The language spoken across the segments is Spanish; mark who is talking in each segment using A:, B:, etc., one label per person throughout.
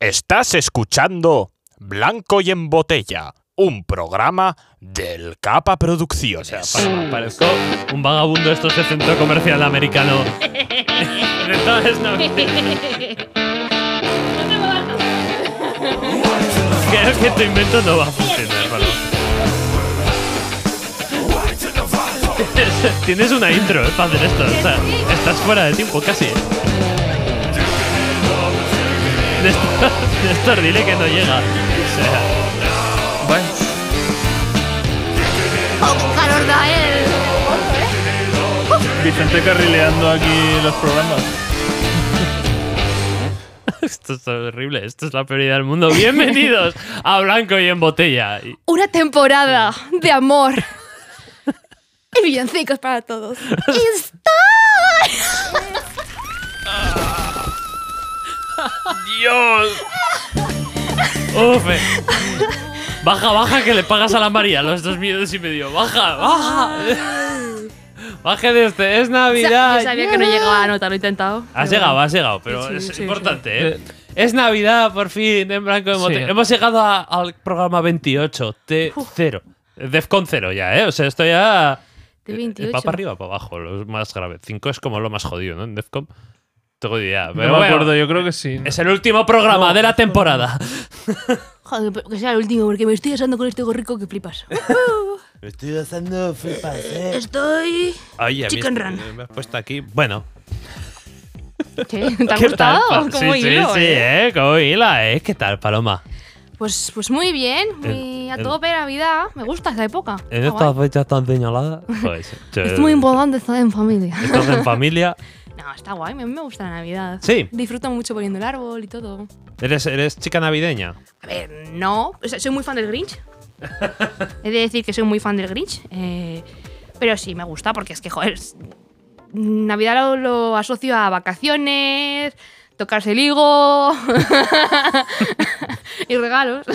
A: Estás escuchando Blanco y en Botella, un programa del Capa
B: O sea,
A: Producciones.
B: pa- parezco un vagabundo estos de centro comercial americano. De todas no- Creo que tu invento no va a funcionar, hermano. Tienes una intro, eh, para hacer esto. O sea, estás fuera de tiempo casi, eh. Néstor, Néstor, dile que no llega. O sea,
C: Bueno,
D: ¡Oh, qué calor da él!
C: Vicente carrileando aquí los programas.
B: Esto es horrible, esto es la prioridad del mundo. Bienvenidos a Blanco y en Botella. Y-
D: Una temporada de amor. Y villancicos para todos. ¡Está!
B: ¡Dios! ¡Uf! eh. Baja, baja, que le pagas a la María los dos minutos y medio. Baja, baja. Baje de usted, es Navidad.
E: Ah. Yo sabía que no llegaba a anotar, lo he intentado.
B: Has llegado, has llegado, pero
E: Sí,
B: es
E: sí, sí.
B: importante, ¿eh? Es Navidad, por fin, en blanco de Botella.
C: Sí.
B: Hemos llegado a- al programa 28, T0. Defcon 0 ya, ¿eh? O sea, esto ya...
E: De
B: Eh,
E: 28.
B: Va para arriba o para abajo, lo más grave. 5 es como lo más jodido, ¿no? En Defcom. Tengo idea.
C: No
B: Pero
C: me
B: bueno,
C: acuerdo, yo creo que sí.
B: Es el último programa de la temporada.
D: Joder, pero que sea el último, porque me estoy asando con este gorrico que flipas.
F: Estoy haciendo flipas, eh.
D: Estoy.
B: Oye, a mí
D: Chicken
B: este-
D: Run.
B: me has puesto aquí. Bueno.
E: ¿Qué? ¿Te ha
B: ¿Qué tal?
E: gustado?
B: Pa-
E: ¿Cómo
B: sí,
E: hilo,
B: sí, sí,
E: eh?
B: ¿eh? Como hila, ¿eh? ¿Qué tal, Paloma?
D: Pues, pues muy bien, muy
B: El-
D: a
B: el-
D: tope la vida. Me gusta esa época.
B: En
D: Está
B: estas
D: guay.
B: fechas tan señaladas. Pues, yo-
D: Es muy importante estar en familia.
B: Estás en familia.
D: No, está guay, a mí me gusta la Navidad.
B: Sí.
D: Disfruto mucho poniendo el árbol y todo.
B: ¿Eres, eres chica navideña.
D: A ver, no. O sea, soy muy fan del Grinch. He de decir que soy muy fan del Grinch. eh, pero sí, me gusta porque es que, joder, es- Navidad lo, lo asocio a vacaciones, tocarse el higo y regalos.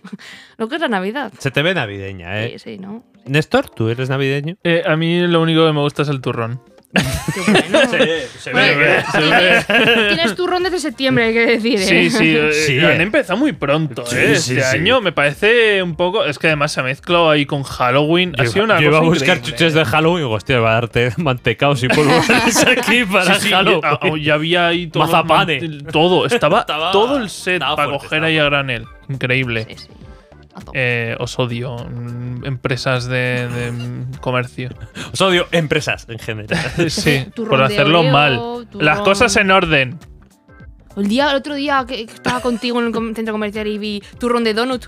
D: lo que es la Navidad.
B: Se te ve navideña, ¿eh?
D: Sí, sí, ¿no?
B: Néstor, ¿tú eres navideño?
C: Eh, a mí lo único que me gusta es el turrón.
D: Qué bueno.
B: se
D: Bueno, tienes, tienes turrón desde septiembre, hay que decir. ¿eh?
C: Sí, sí, eh,
B: Sí, eh.
C: han empezado muy pronto,
B: Sí,
C: eh,
B: sí,
C: este
B: sí.
C: año me parece un poco. Es que además se mezcló ahí con Halloween. ha sido una
B: yo iba a
C: cosa
B: buscar
C: increíble. eh.
B: chuches de Halloween y digo, hostia, va a darte mantecaos y polvorones aquí para
C: Sí, sí,
B: Halloween.
C: ya, ah, ya había ahí todo.
B: Mazapane.
C: man- Todo, estaba,
B: Estaba-
C: todo el set
B: estaba
C: para
B: fuerte,
C: coger
B: estaba
C: ahí a granel. Increíble.
D: Sí, sí. A tope.
C: Eh, os odio, mm, empresas de, de, mm, comercio.
B: Os odio empresas en general.
C: Sí,
D: Turrón
C: por
D: de
C: hacerlo
D: Oreo,
C: mal. Las
D: turrón.
C: cosas en orden.
D: El, día, el otro día que que estaba contigo en el com- centro comercial y vi turrón de donut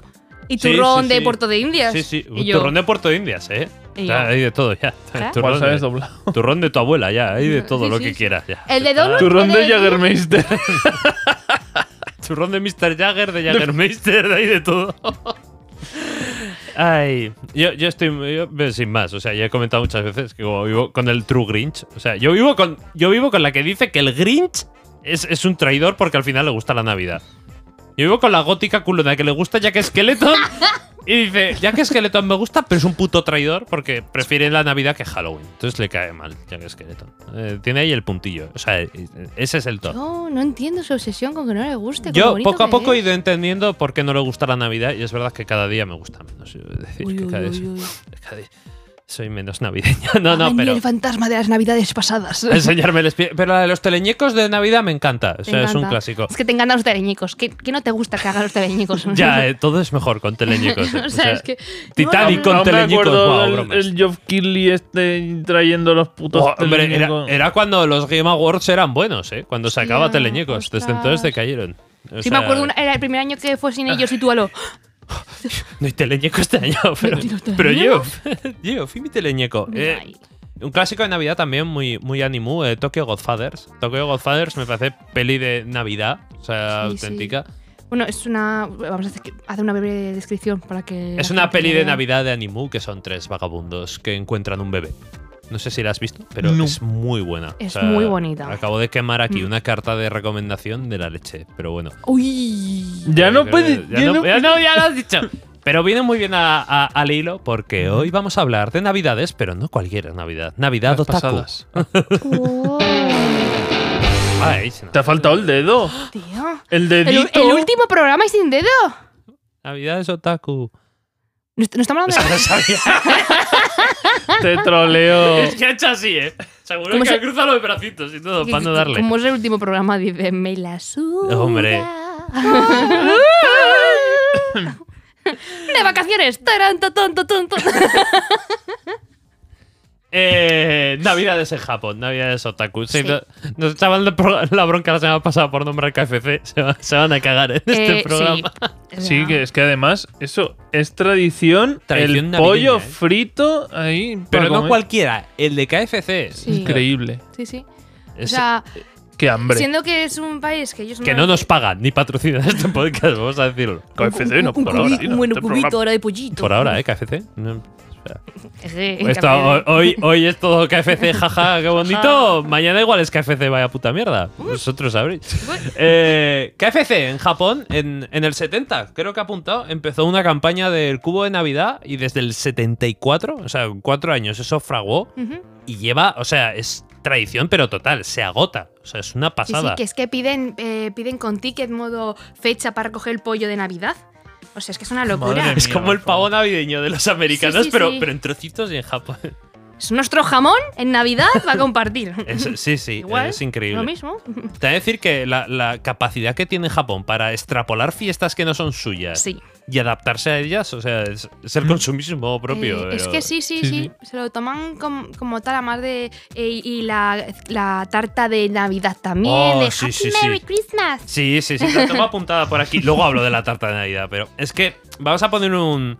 D: y
B: Sí,
D: turrón
B: sí,
D: de
B: sí.
D: Puerto de Indias.
B: Sí, sí,
D: Y
B: un
D: yo,
B: turrón de Puerto de Indias, ¿eh?
D: Y
B: O sea,
D: yo.
B: hay de todo ya.
D: ¿Qué?
B: Turrón
C: ¿Cuál sabes
B: de,
C: doblado?
B: turrón de tu abuela ya, hay de todo
D: Mm, Sí,
B: lo
D: sí,
B: que
D: sí.
B: quieras ya.
D: El de donut.
C: Turrón
D: he
C: de
D: decir,
C: Jagermeister.
B: Turrón de Mr. Jagger, de Jaggermeister, de ahí de todo. Ay, yo, yo estoy yo, pero sin más, o sea, ya he comentado muchas veces que como vivo con el True Grinch, o sea, yo vivo con yo vivo con la que dice que el Grinch es, es un traidor porque al final le gusta la Navidad. Yo vivo con la gótica culona que le gusta Jack Skeleton y dice, Jack Skeleton me gusta, pero es un puto traidor porque prefiere la Navidad que Halloween. Entonces le cae mal Jack Skeleton. Eh, tiene ahí el puntillo, o sea, eh, ese es el top.
D: Yo no entiendo su obsesión con que no le guste. con lo
B: Yo
D: bonito
B: poco a
D: que
B: poco he
D: es.
B: ido entendiendo por qué no le gusta la Navidad y es verdad que cada día me gusta menos. yo he de decir
D: Uy,
B: que
D: uy,
B: cada día
D: uy,
B: soy-
D: uy.
B: cada día soy menos navideño. No,
D: Ha
B: no,
D: venido
B: pero
D: el fantasma de las navidades pasadas.
B: enseñarme el espie- Pero la de los teleñecos de Navidad me encanta. O
D: Te
B: sea, es un
D: encanta.
B: clásico.
D: Es que te encantan los teleñicos. ¿Qué, qué no te gusta que hagan los teleñicos?
B: Ya, eh, todo es mejor con teleñecos. eh.
D: o
B: O
D: sea,
B: sea,
D: es que.
B: Titanic con
C: No me
B: teleñecos.
C: acuerdo
B: guau,
C: el,
B: bromas.
C: el Geoff Keighley este trayendo los putos
B: Guau, oh, hombre, era,
C: teleñecos.
B: era cuando los Game Awards eran buenos, ¿eh? Cuando se acaba
D: Hostia,
B: teleñecos. Desde entonces
D: ostras.
B: decayeron. O
D: Sí,
B: sea, Ah.
D: me acuerdo, una- era el primer año que fue sin ellos y tú a lo.
B: No hay teleñeco este año, pero,
D: ¿y los
B: pero yo,
D: teleñecos?
B: yo fui mi teleñeco. Eh,
D: Ay,
B: Un clásico de Navidad también muy, muy animu, eh, Tokyo Godfathers. Tokyo Godfathers me parece peli de Navidad, o sea,
D: Sí, sí.
B: auténtica.
D: Bueno, es una. Vamos a hacer, que- hacer una breve descripción para que.
B: Es
D: la
B: una
D: gente
B: peli de
D: vea.
B: Navidad de animu que son tres vagabundos que encuentran un bebé. No sé si la has visto, pero
C: No.
B: es muy buena.
D: Es muy bonita.
B: Acabo de quemar aquí
D: Mm.
B: una carta de recomendación de la leche, pero bueno.
D: Uy.
C: Ya no
B: Eh,
C: puede.
B: Ya, no, ya no, ya lo has dicho. Pero viene muy bien a- a- al hilo porque hoy vamos a hablar de Navidades, pero no cualquier Navidad. Navidad
C: Las
B: otaku.
C: pasadas.
D: Oh.
B: vais.
C: Te ha faltado el dedo.
D: Tío.
C: El
D: El,
C: dedito.
D: el último programa es sin dedo.
B: Navidad es otaku.
D: No, est- no estamos hablando de.
C: Te troleo.
B: Es que ha hecho así, ¿eh? Seguro
D: ¿Cómo
B: que
D: se-
B: ha cruzado los bracitos y todo, para no darle.
D: Como es el último programa, dice, me la suda.
B: Hombre.
D: De vacaciones. Taranto, tonto, tonto.
B: Eh, Navidades en Japón, Navidades otaku. Sí,
D: Sí.
B: no- nos echaban la pro- la bronca la semana pasada por nombrar KFC. Se, va- se van a cagar en este
D: Eh,
B: programa.
D: Sí,
C: Sí, que es que además, eso es tradición.
B: Tradición
C: el
B: navideña,
C: pollo
B: ¿eh?
C: frito ahí. para
B: Pero no
C: comer.
B: cualquiera, el de KFC.
D: Sí.
C: Increíble.
D: Sí, sí. O
B: Es-
D: sea,
C: Qué hambre.
D: siendo que es un país que ellos
B: que no nos pagan ni patrocinan este podcast, vamos a decirlo.
C: KFC no,
D: un,
C: por ahora,
D: cubi-
C: tío,
D: un buen
C: este programa.
D: cubito ahora de pollito.
B: Por ahora, ¿eh? KFC. No-
D: Eje, en
B: Esto-
D: café.
B: hoy, hoy es todo KFC, jaja, qué bonito. Mañana igual es KFC, vaya puta mierda. Vosotros sabréis. Eh, KFC en Japón, en, en el 70, creo que ha apuntado, empezó una campaña del cubo de Navidad y desde el 74, o sea, en cuatro años, eso fraguó
D: Ujú.
B: y lleva, o sea, es tradición, pero total, se agota. O sea, es una
D: Sí,
B: pasada.
D: sí, que es que piden, eh, piden con ticket modo fecha para recoger el pollo de Navidad. O sea, es que es una locura.
C: Madre
B: Es como el
C: Mierda,
B: pavo navideño de los americanos,
D: Sí, sí,
B: pero,
D: sí.
B: pero en trocitos y en Japón.
D: Es nuestro jamón en Navidad para compartir.
B: Es- sí, sí,
D: Igual,
B: es increíble.
D: Lo mismo.
B: Te voy a decir que la, la capacidad que tiene Japón para extrapolar fiestas que no son suyas
D: Sí.
B: y adaptarse a ellas, o sea, es, es el consumismo propio.
D: Eh, es
B: pero-
D: que sí, sí,
C: Sí,
D: sí,
C: sí.
D: Se lo toman com- como, tal a más de. eh, y la, la tarta de Navidad también.
B: Oh,
D: de
B: sí,
D: Happy
B: sí, sí.
D: Merry Christmas.
B: Sí, sí, sí, la tengo apuntada por aquí. Luego hablo de la tarta de Navidad, pero es que vamos a poner un,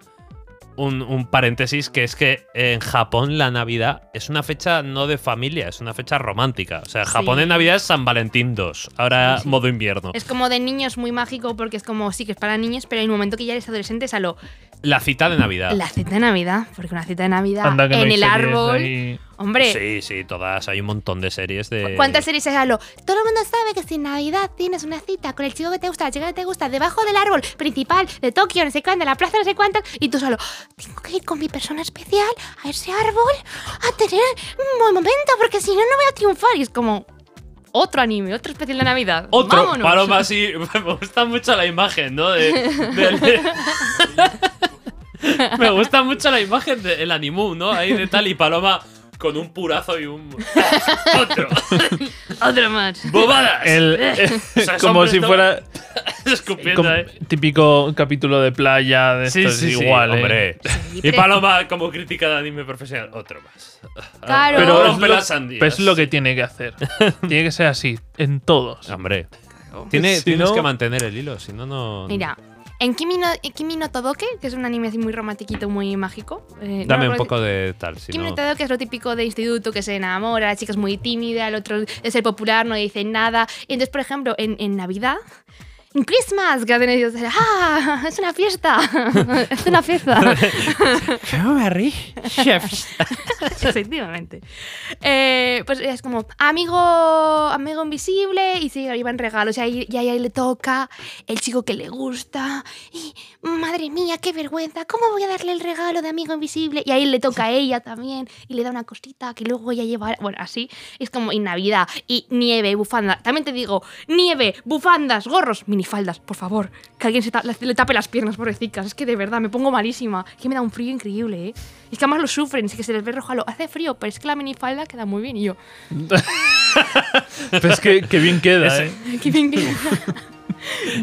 B: un, un paréntesis, que es que en Japón la Navidad es una fecha no de familia, es una fecha romántica. O sea, Japón
D: Sí.
B: en Navidad es San Valentín 2, ahora modo invierno.
D: Es como de niños muy mágico porque es como, sí, que es para niños, pero en el momento que ya eres adolescente es a lo.
B: La cita de Navidad.
D: La cita de Navidad. Porque una cita de Navidad
C: Anda que no
D: en
C: hay
D: el
C: series
D: árbol.
C: ahí.
D: Hombre.
B: Sí, sí, todas. Hay un montón de series de...
E: ¿Cuántas series es Halo? Todo el mundo sabe que si en Navidad tienes una cita con el chico que te gusta, la chica que te gusta, debajo del árbol principal de Tokio, no sé cuánto, en la plaza, no sé cuántas, y tú solo, tengo que ir con mi persona especial a ese árbol a tener un buen momento, porque si no, no voy a triunfar. Y es como,
D: Otro anime, otro especial de Navidad.
B: Otro
D: Vámonos.
B: paloma así. Me gusta mucho la imagen, ¿no? De- del- me gusta mucho la imagen del animu, ¿no? Ahí de tal y paloma con un purazo y un. Otro.
D: Otro más.
B: ¡Bobadas!
C: El-
B: O sea,
C: como
B: hombre,
C: si
B: no-
C: fuera
B: Escupiendo,
C: com-
B: ¿eh?
C: típico capítulo de playa de
B: Sí,
C: estos
B: sí, sí,
C: igual, ¿eh?
B: hombre. Y Paloma, como crítica de anime profesional, otro más. Ah,
D: Claro.
B: Pero
C: Pero
B: rompe las
C: es lo,
B: sandías.
C: pero es lo que tiene que hacer. tiene que ser así, en todos.
B: Hombre. Tiene-
C: Si
B: tienes
C: no-
B: que mantener el hilo, si no, no.
D: Mira, en Kimi no, en Kimi no Todoke, que es un anime así muy romantiquito, muy mágico. eh, no
B: Dame
D: me
B: un
D: acuerdo-
B: poco de tal. Si
D: Kimi
B: no...
D: no Todoke es lo típico de instituto que se enamora, la chica es muy tímida, el otro es el popular, no dice nada. Y entonces, por ejemplo, en, en Navidad. En Christmas, que hacen ellos, ¡ah! Es una fiesta. es una fiesta. Efectivamente. Eh, pues es como amigo, amigo invisible y se llevan regalos y ahí, y ahí- ahí le toca el chico que le gusta y madre mía, qué vergüenza, ¿cómo voy a darle el regalo de amigo invisible? Y ahí le toca a ella también y le da una cosita que luego ella lleva, bueno, así es como y Navidad y nieve, bufanda. También te digo, nieve, bufandas, gorros, minifaldas, por favor, que alguien se ta- le tape las piernas, pobrecicas, es que de verdad me pongo malísima, que me da un frío increíble, ¿eh? Es que además lo sufren, es que se les ve rojo a lo. Hace frío, pero es que la minifalda queda muy bien. Y yo,
C: Pero pues es que, que bien queda,
B: Ese-
C: ¿eh?
D: qué bien que. yo,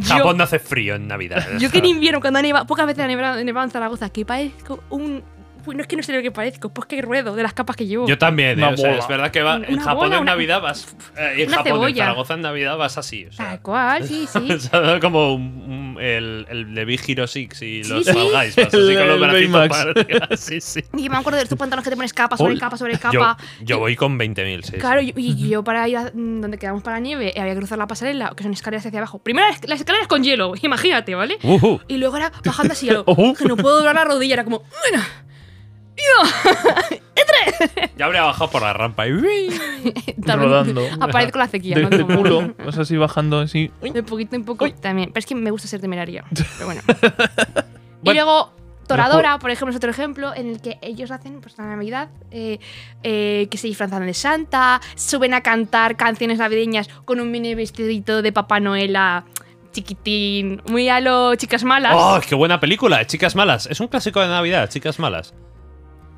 B: Japón no hace frío en Navidad.
D: yo que en invierno, cuando ha nevado, pocas veces ha nevado, nevado en Zaragoza, que parezco un. Uy, no es que no sé lo que parezco, pues que ruedo de las capas que llevo.
B: Yo también, ¿eh?
C: Una
B: O sea,
C: bola.
B: es verdad que va, en
D: Una
B: Japón
D: bola,
B: en
D: una-
B: Navidad vas. eh, en
D: una
B: Japón, en
D: cebolla.
B: Zaragoza en Navidad vas así. O sea,
D: Tal cual, sí, sí.
B: o sea, como un- un- el, el de Big Hero 6 y los
D: sí.
B: Fall Guys. vas
C: El-
B: así con los
C: el
B: bracitos
C: Baymax.
B: para arriba. Sí, sí.
D: Y me acuerdo de estos pantalones que te pones capa sobre
B: Uy,
D: capa sobre
B: Yo,
D: capa.
B: yo voy con 20.000. sí, sí.
D: Claro, y- y yo para ir a mm, donde quedamos para la nieve, eh, había que cruzar la pasarela, que son escaleras hacia abajo. Primero las- las escaleras con hielo, imagínate, ¿vale?
B: Ujú.
D: Y luego era bajando así, a lo-
C: Ujú.
D: que no puedo doblar la rodilla, era como, bueno,
B: Ya habría bajado por la rampa. y-
D: tal-
C: Rodando.
D: Aparezco la sequía,
C: De,
D: ¿no?
C: de
B: este
D: Como-
C: culo, o sea, así bajando así.
D: De poquito en poco también. Pero es que me gusta ser temeraria. Pero bueno. y
B: Bueno.
D: luego, Toradora, por ejemplo, es otro ejemplo en el que ellos hacen pues, la Navidad, eh, eh, que se disfrazan de Santa, suben a cantar canciones navideñas con un mini vestidito de Papá Noela chiquitín, muy a lo chicas malas.
B: ¡Oh, qué buena película! Chicas malas. Es un clásico de Navidad, chicas malas.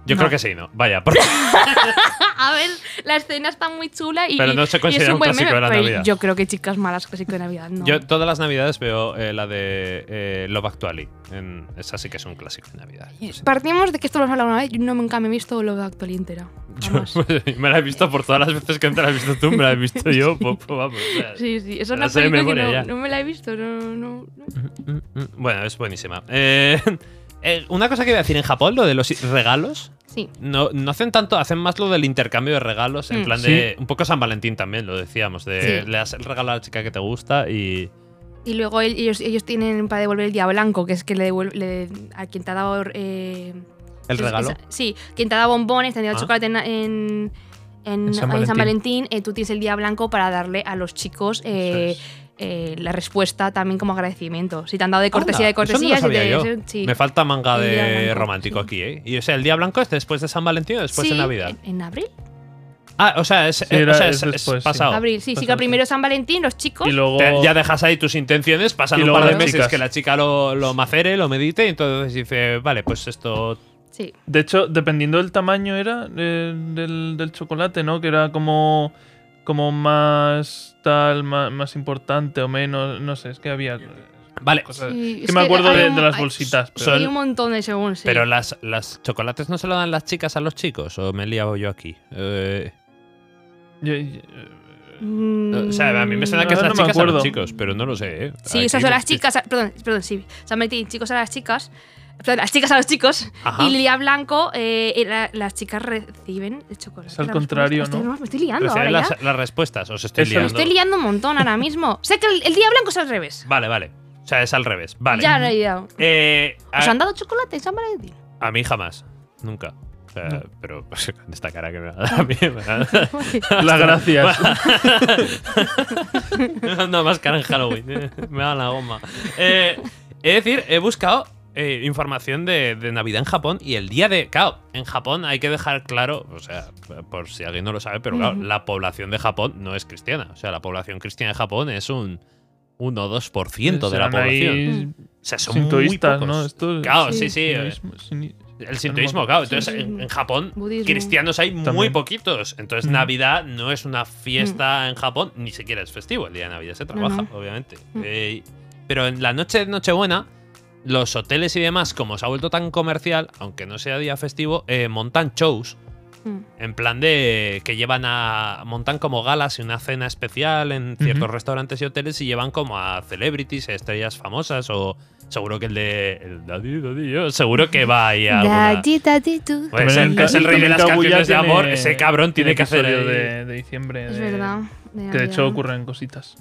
B: Yo
D: No.
B: creo que sí, ¿no? Vaya, porque
D: A ver, la escena está muy chula y,
B: Pero no se
D: y es
B: considera
D: un
B: un
D: buen
B: clásico
D: meme,
B: de la
D: pero
B: Navidad.
D: Yo creo que chicas malas, clásico de Navidad, no.
B: yo todas las Navidades veo eh, la de eh, Love Actually. En- esa sí que es un clásico de Navidad.
D: Partimos de que esto lo hemos hablado una vez, yo no nunca me he visto lo de actual entera.
B: Yo,
D: Jamás.
B: Pues, me la he visto por todas las veces que antes la has visto tú, me la he visto yo. po- po- vamos, o sea.
D: Sí, sí, es
B: Me la
D: una
B: sé de
D: película que
B: memoria
D: no,
B: ya.
D: no me la he visto, no, no, no.
B: Mm, mm. Bueno, es buenísima. Eh, eh, una cosa que iba a decir en Japón, lo de los i- regalos.
D: Sí.
B: No, no hacen tanto, hacen más lo del intercambio de regalos, en
D: Mm.
B: plan de. Un poco San Valentín también, lo decíamos, de
D: Sí.
B: le das el regalo a la chica que te gusta y.
D: Y luego el- ellos, ellos tienen para devolver el día blanco, que es que le devuelve le- a quien te ha dado. eh,
B: El
D: es-
B: regalo.
D: esa- sí, quien te ha dado bombones, te han dado
B: Ah.
D: chocolate en, en, en-
C: En San
D: en San
C: Valentín.
D: Valentín, eh, tú tienes el día blanco para darle a los chicos eh,
B: Eso es.
D: eh, la respuesta también como agradecimiento. Si te han dado de cortesía,
B: Anda,
D: de cortesía,
B: eso no lo
D: si
B: sabía
D: te-
B: yo.
D: sí.
B: Me falta manga
D: El
B: de
D: día blanco,
B: romántico
D: sí.
B: aquí, ¿eh? Y o sea, el día blanco es después de San Valentín o después
D: Sí,
B: de Navidad.
D: ¿En, en abril?
B: Ah, o sea, es, eh, o
C: era-
B: sea,
C: es
B: es- es
C: después, sí.
B: pasado.
D: abril, sí, sí que
C: bastante.
D: primero San Valentín, los chicos.
C: Y luego.
B: Te- ya dejas ahí tus intenciones, pasan
C: Y
B: un
C: luego
B: par de
C: las
B: meses
C: chicas.
B: que la chica lo, lo macere, lo medite, y entonces dice, vale, pues esto.
D: Sí.
C: De hecho, dependiendo del tamaño era eh, del, del chocolate, ¿no? Que era como, como más tal, ma- más, importante o menos, no sé, es que había
B: Vale.
C: cosas...
D: Sí,
C: que
D: es
C: me acuerdo
D: hay
C: de,
D: un-
C: de las
D: hay-
C: bolsitas. pero-
B: Son-
D: Hay un montón de según, sí.
B: Pero las, las chocolates no se lo dan las chicas a los chicos, o me he liado yo aquí. Eh,
C: yo- yo-
B: o sea, a mí me suena que
C: Mm,
B: es
C: no
B: las
C: me
B: chicas a
C: acuerdo.
B: los chicos, pero no lo sé, ¿eh?
D: Sí,
B: Aquí-
D: esas son las chicas. a- Perdón, perdón, sí. Se han metido chicos a las chicas. perdón, las chicas a los chicos.
B: Ajá.
D: Y Lía Blanco, eh, y la- las chicas reciben el chocolate.
C: Es al
D: La
C: contrario,
D: respuesta-
C: ¿no?
D: Hostia, Me estoy liando ahora
B: Reciben
D: ya.
B: las, las respuestas, os estoy
C: Eso-
D: Me
B: liando.
D: estoy liando un montón ahora mismo. sé que el, el día blanco es al revés.
B: Vale, vale. O sea, es al revés. Vale.
D: Ya Pues lo he liado.
B: Eh, a,
D: ¿Os han dado chocolate en San Valentín?
B: a mí jamás. Nunca. O sea, Pero con esta cara que me ha dado a mí. me ha dado-
C: las gracias.
B: Una máscara en Halloween. eh. Me da la goma. Eh, es decir, he buscado eh, información de, de Navidad en Japón y el día de. Claro, en Japón hay que dejar claro, o sea, por si alguien no lo sabe, pero claro, la población de Japón no es cristiana. O sea, la población cristiana de Japón es un 1 o 2% de la
C: Serán ahí
B: población. O sea, son muy
C: sintoístas,
B: pocos.
C: ¿no? Esto-
B: claro,
D: Sí.
B: sí, sí. eh.
C: sintoísmo, sin-
B: El sintoísmo, claro. Entonces, en, en Japón,
D: Budismo.
B: cristianos hay muy
C: También.
B: poquitos. Entonces,
C: Mm.
B: Navidad no es una fiesta en Japón, ni siquiera es festivo. El día de Navidad se trabaja,
D: Mm. no.
B: obviamente.
D: Mm.
B: Eh, pero en la noche de Nochebuena, los hoteles y demás, como se ha vuelto tan comercial, aunque no sea día festivo, eh, montan shows.
D: Mm.
B: En plan de que llevan a. montan como galas y una cena especial en ciertos
C: Ujú.
B: restaurantes y hoteles y llevan como a celebrities, estrellas famosas o. Seguro que el de. el Daddy, Daddy, yo, seguro que va ahí a. alguna-
E: Daddy, daddy, tú.
B: Pues
C: También
B: el
C: Ka-
B: que es el rey de
C: también
B: las
C: Kaguya
B: canciones de
C: tiene-
B: amor, ese cabrón tiene que hacer.
C: episodio
B: ahí-
C: de, de diciembre.
D: Es
C: de-
D: verdad.
C: Que de hecho
D: Navidad.
C: ocurren cositas.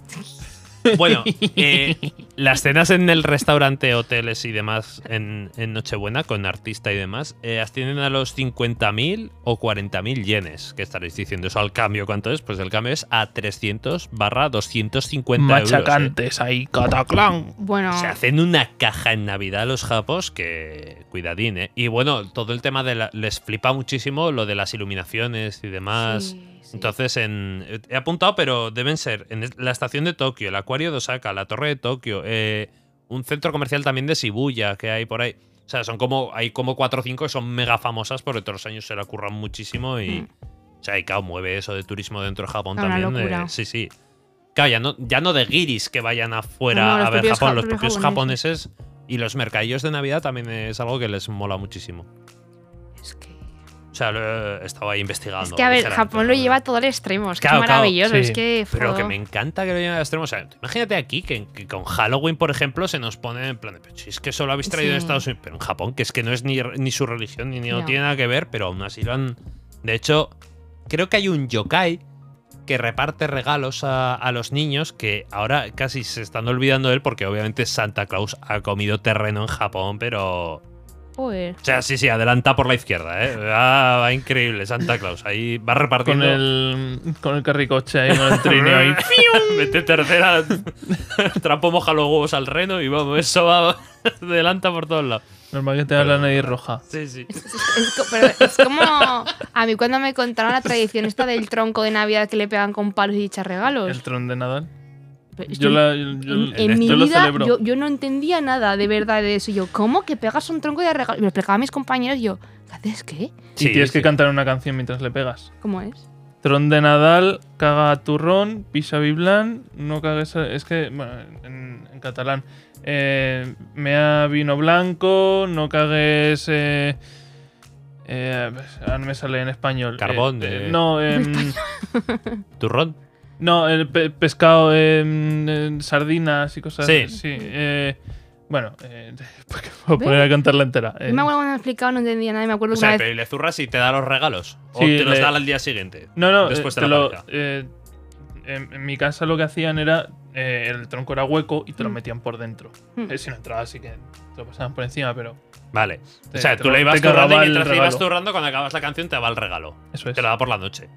B: Bueno, eh, las cenas en el restaurante, hoteles y demás en, en Nochebuena con artista y demás eh, ascienden a los 50.000 o 40.000 yenes. Que estaréis diciendo eso al cambio. ¿Cuánto es? Pues el cambio es a 300 barra 250 euros. eh.
C: Machacantes ahí, Cataclán.
D: Bueno,
B: Se hacen una caja en Navidad los japos que. Cuidadín, ¿eh? Y bueno, todo el tema de la- les flipa muchísimo lo de las iluminaciones y demás.
D: sí, sí.
B: Entonces, en, he apuntado, pero deben ser en la estación de Tokio, el acuario de Osaka, la torre de Tokio, eh, un centro comercial también de Shibuya que hay por ahí. O sea, son como, hay como cuatro o cinco que son mega famosas porque todos los años se la curran muchísimo y...
D: Mm.
B: O sea, y claro, mueve eso de turismo dentro de Japón
D: Una
B: también.
D: locura.
B: eh, sí, sí. Claro, ya no, ya no de guiris que vayan afuera
D: No, no, los
B: a ver
D: propios
B: Japón,
D: ja-
B: los
D: propios
B: propios japoneses y los mercadillos de Navidad también es algo que les mola muchísimo.
D: Es que,
B: O sea, lo he estado ahí investigando.
D: es que, a ver,
B: ligeramente,
D: Japón lo
B: Ah, ¿no?
D: lleva todo al extremo. Es que
B: Claro,
D: es
B: claro,
D: maravilloso.
C: sí.
D: Es que.
B: Pero que
D: jo.
B: me encanta que lo lleven al extremo. O sea, tú imagínate aquí que, que con Halloween, por ejemplo, se nos pone en plan de, "Pero si es que solo habéis traído de
D: Sí.
B: Estados Unidos, pero en Japón, que es que no es ni, ni su religión ni, ni no.
D: No.
B: tiene nada que ver, pero aún así lo han. De hecho, creo que hay un yokai que reparte regalos a, a los niños que ahora casi se están olvidando de él porque obviamente Santa Claus ha comido terreno en Japón, pero.
D: Joder.
B: O sea, sí, sí, adelanta por la izquierda, ¿eh? Ah, va increíble, Santa Claus. Ahí va
C: Con
B: repartiendo.
C: el, con el carricoche ahí, con el trineo ahí.
B: Mete tercera. Trapo moja los huevos al reno y vamos, eso va. Adelanta por todos lados.
C: Normal que tenga la nariz roja.
B: Sí, sí.
D: Es, es co- pero es como a mí cuando me contaron la tradición esta del tronco de Navidad que le pegan con palos y echar regalos.
C: El tron de Nadal.
D: Pero es
C: Yo,
D: que
C: la, yo- yo-
D: en,
B: en
D: en mi
C: yo lo
D: vida
C: celebro.
D: yo, yo no entendía nada de verdad de eso. Yo, ¿cómo que pegas un tronco de regalos? Y Me lo explicaban mis compañeros y yo, ¿qué haces qué?
B: Sí,
C: y tienes
B: sí.
C: que cantar una canción mientras le pegas.
D: ¿Cómo es?
C: Tron de Nadal, caga a turrón, pisa biblán, no cagues. a- Es que, bueno, en, en catalán. Eh, mea vino blanco, no cagues. Eh, eh, ahora no me sale en español.
B: Carbón
C: Eh,
B: de-
C: eh, no, em,
B: Turrón.
C: no, el pe- pescado, em, eh, sardinas y cosas
B: Sí.
C: sí, eh, bueno, eh, voy a poner a cantarla entera. eh.
D: Yo me acuerdo cuando me explicaban, no entendía nada. y Me acuerdo
B: O
D: que una
B: sea,
D: vez.
B: pero y le zurras y te da los regalos. O
C: Sí,
B: te los
C: le-
B: da al día siguiente.
C: No, no,
B: Después
C: eh,
B: de
C: te
B: la
C: lo-
B: pareja.
C: eh, en, en mi casa lo que hacían era. eh, el tronco era hueco y te lo metían por dentro.
D: Mm.
C: Eh, si no entraba, así que te lo pasaban por encima, pero.
B: Vale.
C: te-
B: o sea,
C: te
B: tú
C: lo-
B: le ibas
C: te
B: zurrando y
C: clavaba el
B: mientras le ibas
C: regalo.
B: zurrando, cuando acabas la canción te va el regalo.
C: Eso es.
B: Te lo da por la noche.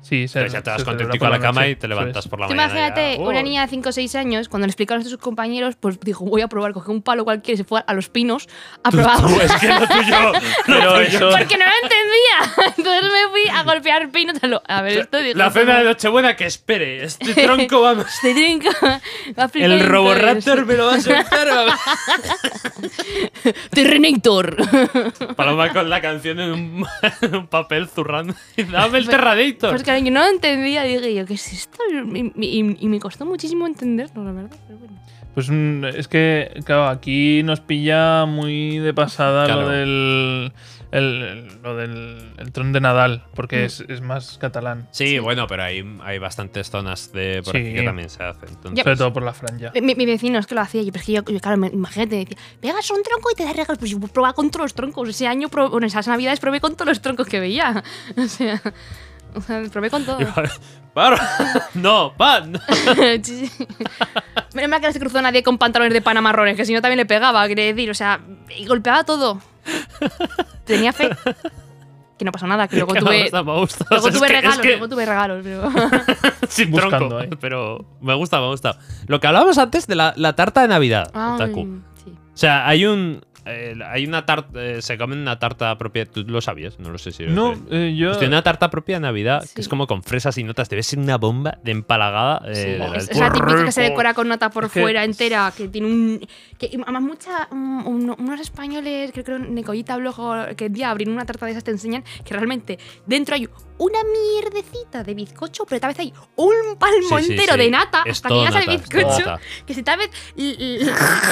C: Sí, se-
B: Entonces ya te vas
C: se celebra
B: contentico
C: por
B: a la cama
C: noche.
B: y te
C: Eso
B: levantas
C: es.
B: por la
D: Tú
B: mañana.
D: imagínate,
B: ya,
D: una
B: "Oh".
D: niña de 5 o 6 años, cuando le explicaron esto a sus compañeros, pues dijo, voy a probar, cogió un palo cualquiera y se fue a los pinos a probar.
B: Es que lo tuyo.
C: Pero eso.
D: Porque no lo entendía. Entonces me fui a golpear pinos a, lo- a ver esto. digo,
B: La
D: esto
B: cena
D: no-
B: de Nochebuena, que espere. Este tronco va a-
D: Este trinco va a aplicar
B: El
D: en
B: Roboraptor
D: todos.
B: me lo va a soltar. va-
D: Terrenator.
B: Paloma con la canción en un, en un papel zurrando. Dame el Terradator.
D: Pues claro, yo no lo entendía. Dije yo, ¿qué es esto? Y, y- y me costó muchísimo entenderlo, la verdad. Pero bueno.
C: Pues mm, es que, claro, aquí nos pilla muy de pasada
B: Claro.
C: lo del. el- el- lo del el tron de Nadal,
D: Mm.
C: porque es, es más catalán.
B: Sí, bueno, pero hay, hay bastantes zonas de por
C: Sí.
B: aquí que también se hacen. Entonces,
C: Sobre todo por la franja.
D: Mi, mi vecino es que lo hacía. Yo, pero es que yo, yo, claro, me- imagínate, decía, pegas un tronco y te das regalos. Pues yo probaba con todos los troncos. Ese año, pro- bueno, esas navidades probé con todos los troncos que veía. O sea, o sea probé con todo.
B: ¡Para! ¡No! ¡Va! No.
D: Sí, sí. Menos mal que no se cruzó nadie con pantalones de pana marrones, que si no también le pegaba, quería decir, o sea, y golpeaba todo. Tenía fe. Que no pasó nada, que luego
B: Que no me gusta,
D: tuve,
B: me gusta.
D: luego
B: O sea, es
D: tuve
B: que- es
D: regalos,
B: que-
D: luego tuve regalos, pero...
B: sin
C: Buscando,
B: tronco,
C: ¿eh?
B: pero me gusta, me gusta. Lo que hablábamos antes de la, la tarta de Navidad, Otaku.
D: Ay, sí.
B: O sea, hay un... eh, hay una tarta... se comen una tarta propia... Tú lo sabías, no lo sé si... lo
C: No,
B: sabías.
C: eh, yo.
B: Pues tiene una tarta propia de Navidad
D: Sí.
B: que es como con fresas y notas. Debe ser una bomba de empalagada. eh, de la
D: Es,
B: del
D: es la
B: pueblo.
D: típica que se decora con nata por
C: Es que-
D: fuera entera, que tiene un... Que, y además, mucha, un- un- unos españoles, creo que era Necollita Blojo, que el día abrir una tarta de esas te enseñan que realmente dentro hay una mierdecita de bizcocho, pero tal vez hay un
B: Sí,
D: palmo
B: sí,
D: entero
B: sí.
D: de nata
B: Es
D: hasta que
B: todo
D: llegas al
B: nata, es todo
D: bizcocho.
B: nata.
D: Que si tal vez l-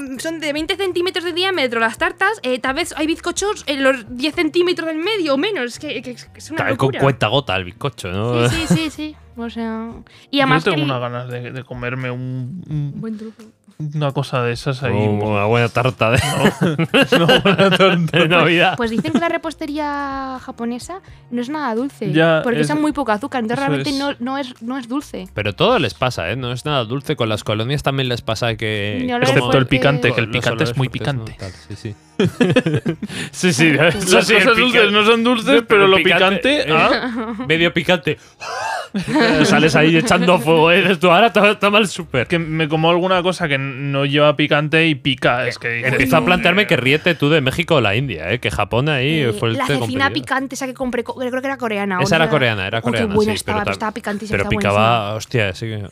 D: l- son de 20 centímetros de diámetro las tartas, eh, tal vez hay bizcochos en los 10 centímetros del medio o menos. Que, que- que es una
B: Cae con
D: locura.
B: cuenta gota el bizcocho, ¿no?
D: Sí, sí, sí, sí. O sea. Y
C: Yo
D: además. que
C: tengo
D: el-
C: unas ganas de, de comerme un- un,
D: Buen truco.
C: una cosa de esas ahí.
B: Oh, una buena tarta de,
C: No, una tonta.
B: de Navidad.
D: Pues dicen que la repostería japonesa no es nada dulce.
C: Ya,
D: porque
C: es-
D: usan muy poco azúcar. Entonces
C: eso
D: realmente
C: es.
D: No, no, es, no es dulce.
B: Pero todo les pasa, ¿eh? No es nada dulce. Con las colonias también les pasa que...
D: Ni olores
B: como-
C: Excepto el
D: fuertes.
C: picante, que el
B: Los
C: picante es
B: olores
C: muy
B: fuertes, ¿no?
C: picante.
B: Tal, sí, sí. sí, sí. eso
C: Las
B: sí, el
C: cosas
B: picante.
C: dulces no son dulces,
B: No,
C: pero lo
B: picante,
C: picante. ah,
B: eh, medio picante. Sales ahí echando fuego, ¿eh? Dices Tú ahora to- toma el súper.
C: que me como alguna cosa que no lleva picante y pica. Es que
B: Empiezo Eh, a plantearme que ríete tú de México o la India, ¿eh? Que Japón ahí
D: Eh,
B: fue el
D: la
B: te
D: cecina
B: competido.
D: picante, esa que compré, co- creo que era coreana. o
B: Esa
D: no
B: era coreana, era
D: Oh, qué
B: coreana,
D: buena
B: sí,
D: estaba,
B: pero tam-
D: estaba picantísima,
B: Pero
D: estaba
B: picaba, hostia, sí que...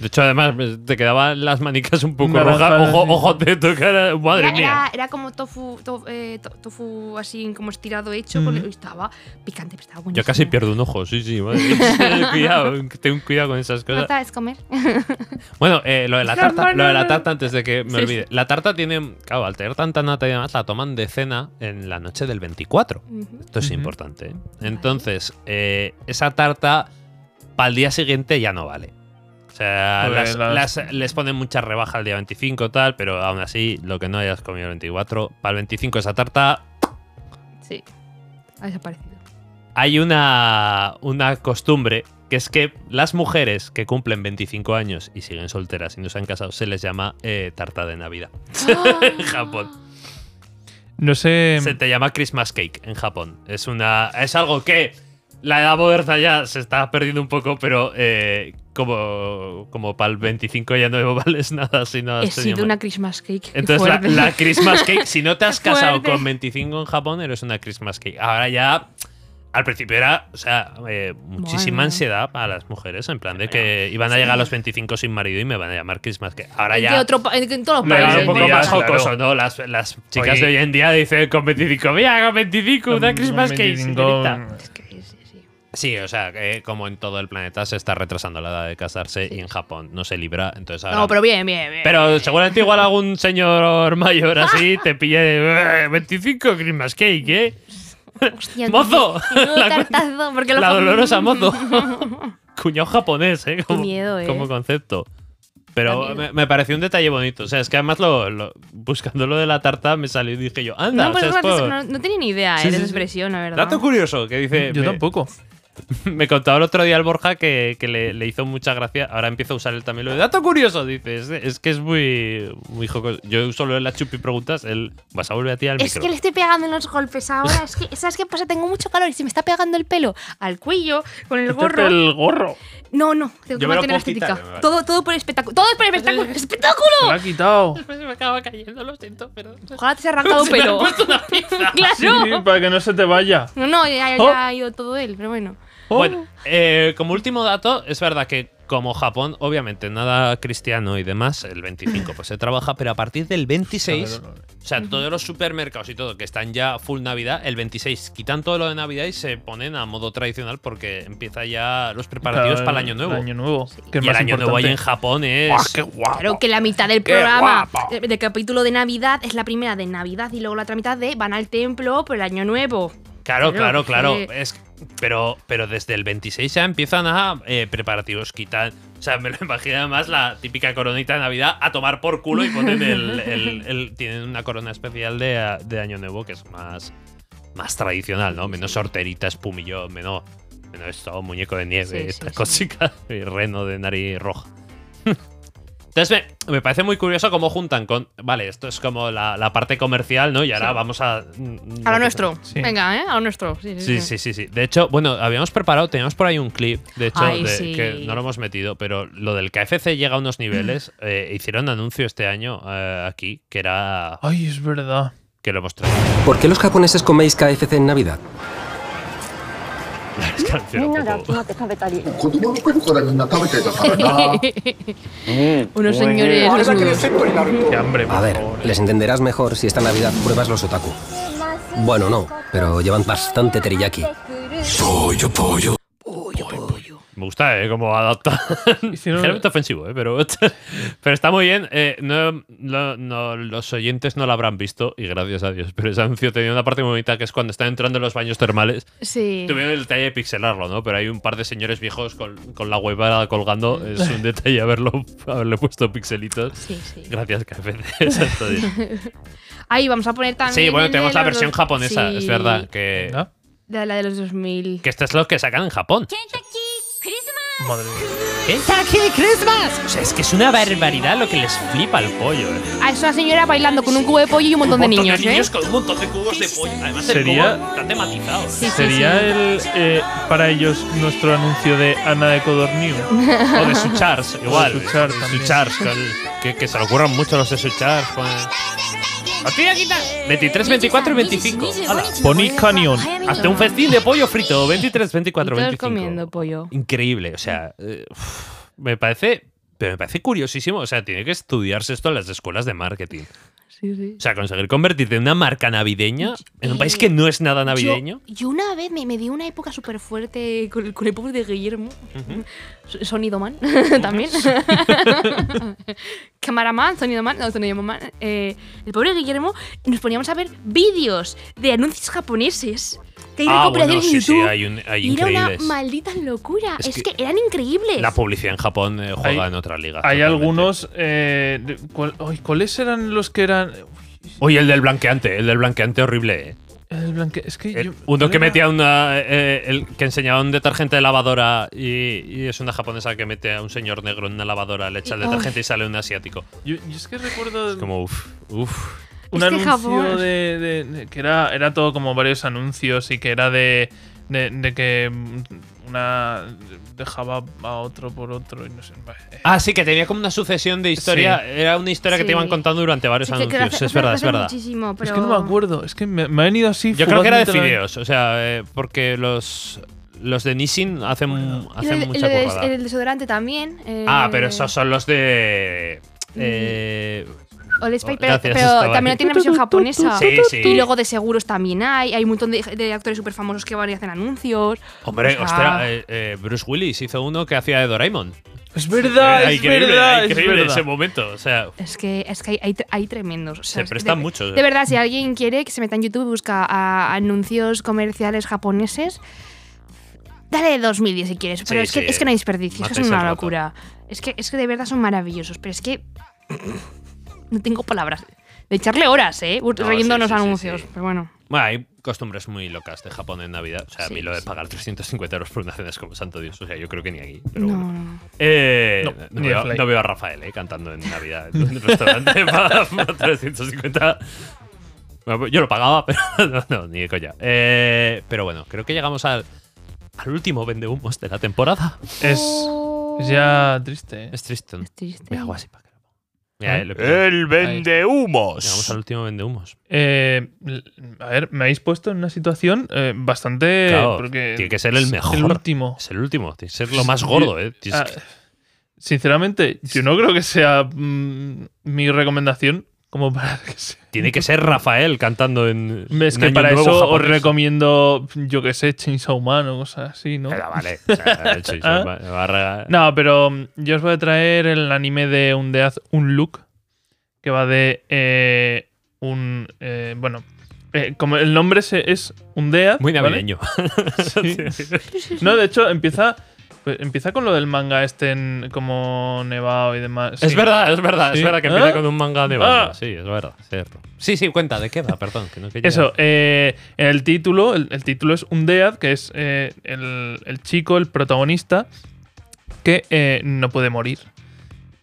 B: De hecho, además, te quedaban las manicas un poco
C: Naranjas,
B: rojas. Ojo,
C: sí.
B: ojo, te tocara. Madre
D: Era,
B: mía.
D: era- era como tofu, to- eh, to- tofu así como estirado hecho. con- y estaba picante, pero estaba buenísimo.
B: Mm. Yo casi pierdo un ojo, sí, sí. madre mía. cuidado, ten cuidado con esas
D: No
B: cosas.
D: sabes comer.
B: Bueno, eh, lo de la
C: No,
B: tarta,
C: no,
B: lo de
C: no,
B: la
C: no.
B: tarta antes de que me
D: Sí,
B: olvide. La tarta tiene, claro, al tener tanta nata y demás, la toman de cena en la noche del 24.
D: Ujú.
B: Esto es
C: Ujú.
B: importante. ¿eh? Entonces, eh, esa tarta para el día siguiente ya no vale. O sea,
C: Joder,
B: las-
C: las-
B: las- les ponen mucha rebaja el día 25 tal, pero aún así, lo que no hayas comido el 24, para el 25 esa tarta
D: Sí. Ha desaparecido.
B: hay una, una costumbre que es que las mujeres que cumplen 25 años y siguen solteras y no se han casado se les llama eh, tarta de Navidad.
D: Ah.
B: en Japón.
C: No sé.
D: Em.
B: Se te llama Christmas cake en Japón. Es una es algo que la edad moderna ya se está perdiendo un poco, pero eh, como, como para el 25 ya no vales nada, si no has
D: He
B: tenido
D: sido
B: ma-
D: una Christmas cake.
B: Entonces la,
D: fuerte.
B: la Christmas cake, si no te has
D: Qué
B: casado
D: fuerte.
B: con 25 en Japón, eres una Christmas cake. Ahora ya, al principio era, o sea, eh, muchísima
D: Bueno.
B: ansiedad para las mujeres, en plan de que iban a llegar a los 25 sin marido y me van a llamar Christmas cake. Ahora
D: De
B: ya...
D: otro pa- en todos los
B: Pero
C: Claro,
B: era
D: países.
B: un poco
C: hoy en día,
B: más
C: claro.
B: jocoso, ¿no? Las, las chicas
C: Oye.
B: de hoy en día dicen con 25, mira, con 25, una Christmas cake. señorita".
D: Es que sí, sí.
B: Sí, o sea, que como en todo el planeta se está retrasando la edad de casarse y en Japón no se libra, entonces ahora...
D: No, pero bien, bien, bien.
B: Pero seguramente igual algún señor mayor así te pille de "Eh, 25 Christmas cake, ¿eh?
D: Hostia,
B: ¡Mozo!
D: qué miedo,
B: La,
D: tartazo, porque lo-
B: la dolorosa mozo. Cuñado japonés, ¿eh? Como,
D: miedo, ¿eh?
B: como concepto.
D: Da
B: Pero
D: miedo.
B: me, me pareció un detalle bonito. O sea, es que además lo, lo- buscando lo de la tarta me salió y dije yo, anda,
D: No,
B: o
D: pues,
B: sea, es
D: no,
B: por-
D: no- no tenía ni idea
B: Sí,
D: eh,
B: sí,
D: de esa
B: sí.
D: expresión, la verdad.
B: Dato curioso que dice.
C: Yo
B: me-
C: tampoco.
B: Me contaba el otro día el Borja que, que le, le hizo mucha gracia. Ahora empiezo a usar él también lo de dato curioso. Dice, es, es que es muy, muy jocoso. Yo uso lo de la chupi preguntas. Él, vas a volver a tirar el
E: Es
B: micro.
E: que le estoy pegando en los golpes ahora. Es que, ¿sabes qué pasa? Tengo mucho calor y se me está pegando el pelo al cuello, con el gorro.
C: El gorro.
D: No, no, tengo
B: Este
D: que
B: Yo me lo
D: mantener la
B: puedo
D: estética.
B: quitar, vale.
D: Todo, todo por espectáculo. Todo es por espectáculo. ¡Espectáculo!
C: Se lo ha quitado.
B: Después se me acaba cayendo, lo siento, pero.
D: Ojalá te se ha arrancado un
B: Se me
D: pelo.
B: ha puesto una pizza.
C: Sí,
D: ¡Claro!
C: para que no se te vaya.
D: No, no, ya, ya
C: Oh.
D: ha ido todo él, pero bueno.
C: Oh.
B: Bueno, eh, como último dato, es verdad que como Japón, obviamente nada cristiano y demás, el 25 pues se trabaja, pero a partir del 26, o sea, todos los supermercados y todo que están ya full Navidad, el 26 quitan todo lo de Navidad y se ponen a modo tradicional porque empieza ya los preparativos
C: Claro,
B: para el año nuevo.
C: año nuevo. que es
B: y el
C: más
B: año nuevo ahí
C: importante.
B: en Japón es...
C: ¡Ah,
D: Claro que la mitad del programa de- del capítulo de Navidad es la primera de Navidad y luego la otra mitad de van al templo por el año nuevo.
B: Claro, claro,
D: Claro,
B: claro.
D: sí.
B: Es, pero, pero desde el 26 ya empiezan a eh, preparativos, quitan. O sea, me lo imagino además la típica coronita de Navidad a tomar por culo y ponen el. el- el- tienen una corona especial de, de Año Nuevo que es más, más tradicional, ¿no? Menos sorterita, espumillón, menos, menos esto, muñeco de nieve,
D: Sí, sí,
B: estas
D: sí.
B: cositas, y reno de nariz roja. Entonces me, me parece muy curioso cómo juntan con. Vale, esto es como la, la parte comercial, ¿no? Y ahora vamos a. mm,
D: A lo nuestro.
C: Sí.
D: Venga, ¿eh? A lo nuestro. Sí, sí.
B: Sí, sí, sí, sí. De hecho, bueno, habíamos preparado, teníamos por ahí un clip, de hecho,
D: Ay,
B: de-
D: sí.
B: que no lo hemos metido, pero lo del KFC llega a unos niveles.
D: Mm.
B: eh, hicieron anuncio este año eh, aquí, que
D: Ah.
B: era...
C: Ay, es verdad.
B: que lo hemos traído.
G: ¿Por qué los japoneses coméis KFC en Navidad?
B: Es que al final un poco-
H: って食べたり
D: Unos señores. unos-
C: Qué hambre, por
G: A ver,
C: favor.
G: les entenderás mejor si esta Navidad pruebas los otaku. Bueno, no, pero llevan bastante teriyaki. Pollo, pollo.
B: Me gusta, ¿eh? Cómo adapta.
C: Hicieron-
B: Ligeramente ofensivo, ¿eh? Pero, pero está muy bien. Eh, no, no- no- los oyentes no lo habrán visto, y gracias a Dios. Pero ese anuncio tenía una parte muy bonita, que es cuando están entrando en los baños termales
D: Sí.
B: Tuvieron el detalle de pixelarlo, ¿no? Pero hay un par de señores viejos con, con la huevada colgando. Es un detalle haberlo, haberle puesto pixelitos.
D: Sí, sí.
B: Gracias, KFC. Exacto, tío.
D: Ahí vamos a poner también.
B: Sí, bueno,
D: el de
B: tenemos la
D: los
B: versión
D: dos-
B: japonesa,
D: sí.
B: es verdad. Que,
C: Venga.
D: La, la de los 2000.
B: que esto es lo que sacan en Japón.
C: Madre mía.
B: O sea, es que es una barbaridad lo que les flipa al pollo, ¿eh?
D: Ah, es una señora bailando con un cubo de pollo y un montón de
B: Un montón
D: niños, ¿eh?
B: con un montón de cubos de pollo. Además,
C: Sería-
B: el cubo está tematizado. ¿eh?
C: Sería el eh, para ellos nuestro anuncio de Ana de Codorniu.
B: O de Suchars, igual.
C: de Suchars
B: De
C: también.
B: Suchars, con- que, que se le ocurran mucho los de pues. Suchars. con- ¡Os voy a quitar! 23, 24 y 25. ¡Hala!
C: Pony Canyon.
B: Hasta un festín de pollo frito. 23,
D: Y
B: 24,
D: todos
B: 25.
D: comiendo pollo.
B: Increíble. O sea, eh, uf, me parece. Pero me parece curiosísimo. O sea, tiene que estudiarse esto en las escuelas de marketing.
D: Sí, sí.
B: O sea, conseguir convertirte en una marca navideña en un país que no es nada
E: Yo-
B: navideño.
E: Yo, una vez me, me dio una época súper fuerte con, el- con el pobre de Guillermo.
D: S- Sonido Man también. Camaraman, Sonido Man, no, Sonido Man. Eh, el pobre Guillermo, nos poníamos a ver vídeos de anuncios japoneses que hay
B: Ah, bueno,
D: recuperaciones
B: sí,
D: en
B: sí,
D: YouTube.
B: hay, un- hay
E: Y era una
B: increíbles.
E: maldita locura.
B: Es
E: Es,
B: que-
E: que, eran increíbles.
B: La publicidad en Japón eh, juega
C: Hay-
B: en otra liga.
C: Hay
B: totalmente.
C: algunos. Eh, de- ¿cuál- ay, ¿Cuáles eran los que eran?
B: Oye, el del blanqueante, el del blanqueante horrible. eh.
C: El blanque, es que
B: El-
C: yo-
B: Eh, uno
C: ¿cuál
B: que
C: era?
B: metía una. eh, el que enseñaba un detergente de lavadora y, y es una japonesa que mete a un señor negro en una lavadora, le echa el detergente y sale un asiático.
C: Yo, yo es que recuerdo
B: Como uff, uff.
C: un
D: Es que
C: anuncio
D: Japón-
C: de, de- de- que era, era todo como varios anuncios y que era de, de, de que mm, una dejaba a otro por otro y no sé. bah, eh.
B: Ah, sí, que tenía como una sucesión de historia. Era una historia que te
D: Sí.
B: iban contando durante varios
D: Sí, que- que lo
B: anuncios.
D: hace-
B: es verdad,
D: lo
B: es
D: hace
B: verdad.
D: muchísimo, pero-
C: Es que no me acuerdo, es que me, me ha venido así.
B: Yo creo que era de
C: fugazmente la-
B: fideos, o sea, eh, porque los, los de Nissin hacen,
D: Y
B: hacen
D: el,
B: mucha
D: el-
B: currada.
D: el desodorante también. eh,
B: Ah, pero esos son los de. eh,
D: Mm. Old Spice,
B: Oh,
D: pero,
B: gracias,
D: pero
B: estaba
D: también
B: ahí.
D: lo tiene la versión japonesa.
B: Sí, sí.
D: Ah. Y luego de seguros también hay. Hay un montón de, de actores súper famosos que van y hacen anuncios.
B: hombre,
D: O sea,
B: ostras, eh, eh, Bruce Willis hizo uno que hacía de Doraemon.
C: Es verdad,
B: Eh,
C: es verdad, es
B: increíble
C: verdad.
B: ese momento. O sea,
D: Es que, es que hay, hay, tre- hay tremendos. o sea,
B: Se
D: es-
B: prestan
D: Pues, de-
B: muchos, eh.
D: De verdad, si alguien quiere que se meta en YouTube y busca a- anuncios comerciales japoneses, dale 2010 si quieres. Pero
B: Sí,
D: es, que,
B: sí,
D: es que no hay desperdicio, es que
B: matáis
D: es
B: el
D: una
B: rato.
D: locura. Es que, es que de verdad son maravillosos, pero es que no tengo palabras. De echarle horas, ¿eh?
B: sí,
D: Leyendo los
B: sí, sí,
D: anuncios.
B: sí.
D: Pero bueno.
B: bueno, hay costumbres muy locas de Japón en Navidad. O sea, a mí
D: Sí,
B: lo de
D: sí.
B: pagar 350 euros por una cena es como santo Dios. O sea, yo creo que ni aquí. Pero
D: No,
B: bueno.
D: no, no.
B: Eh,
C: No,
B: no,
C: ni de
B: veo,
C: Fly.
B: no veo a Rafael eh, cantando en Navidad en un restaurante para, para 350. Bueno, pues yo lo pagaba, pero no, no, ni de coña. Eh, pero bueno, creo que llegamos al, al último vendehumos de la temporada.
C: Es, es ya triste. eh.
B: Es triste. ¿no?
D: Es triste.
B: Me hago así para que lo ponga. Mira, eh, lo he pillado.
A: El vende
B: Llegamos al último vendehumos.
C: Eh, l- a ver, me habéis puesto en una situación eh, bastante.
B: Claro,
C: porque
B: tiene que ser el
C: es
B: mejor.
C: El último.
B: Es el último, tiene que ser lo más gordo, ¿eh? Tienes
C: Ah,
B: que-
C: sinceramente, yo no creo que sea mm, mi recomendación. Como para que sea.
B: tiene que ser Rafael cantando en.
C: Es
B: en
C: que
B: Año
C: para
B: Nuevo
C: eso os
B: japonés.
C: recomiendo, yo que sé, Chainsaw Man o cosas así, ¿no?
B: Pero vale. o sea, el chorizo
C: Ah.
B: va- va a rega-
C: No, pero mm, yo os voy a traer el anime de Un Death Un Look, que va de eh, un... eh, bueno, eh, como el nombre se, es Un Death...
B: Muy
C: ¿vale?
B: navideño.
C: Sí. No, de hecho, empieza, pues, empieza con lo del manga este en- como nevado y demás.
B: Es
C: Sí.
B: verdad, es verdad,
C: Sí.
B: es verdad que empieza
C: ¿Ah?
B: con un manga de banda.
C: Ah.
B: Sí, es verdad, cierto. Sí, sí, cuenta, ¿de qué va? Perdón, que no quería.
C: Eso, eh, en el título, el, el título es Undead, que es eh, el, el chico, el protagonista, que eh, no puede morir.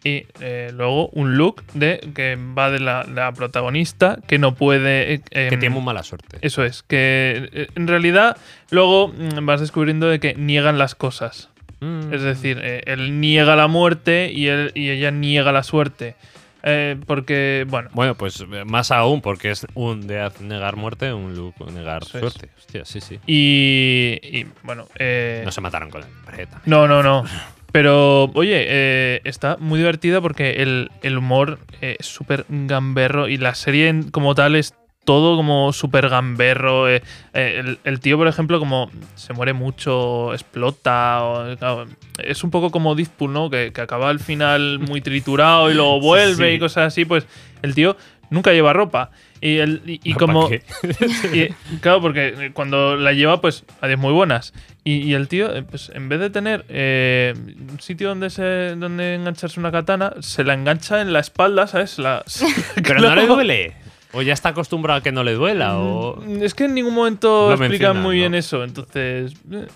C: Y eh, luego un look de que va de la, la protagonista, que no puede. eh,
B: que
C: em,
B: tiene muy mala suerte.
C: eso es, que eh, en realidad luego mm, vas descubriendo de que niegan las cosas.
B: Mm.
C: Es decir, eh, él niega la muerte y, él, y ella niega la suerte. Eh, porque, bueno,
B: Bueno, pues eh, más aún, porque es un de haz- negar muerte, un Luke negar
C: Eso es.
B: suerte. Hostia, sí, sí.
C: y, y, bueno, eh,
B: No se mataron con él. hombre, también.
C: no, no, no. Pero, oye, eh, está muy divertida porque el, el humor eh, es súper gamberro y la serie en- como tal es todo como súper gamberro. eh, eh, el, el tío, por ejemplo, como se muere mucho, explota. o- claro, es un poco como Deadpool, ¿no? Que, que acaba al final muy triturado y luego vuelve
B: Sí.
C: y cosas así. Pues el tío nunca lleva ropa. Y, el, y, y
B: ¿Para
C: como...
B: qué?
C: Y, claro, porque eh, cuando la lleva, pues, adiós muy buenas. Y, y el tío, eh, pues, en vez de tener eh, un sitio donde se donde engancharse una katana, se la engancha en la espalda, ¿sabes? Se la- se-
B: Pero no le duele. O ya está acostumbrado a que no le duela. O...
C: Mm, Es que en ningún momento
B: Lo
C: explican
B: mencionan,
C: muy
B: ¿no?
C: bien eso, entonces... eh.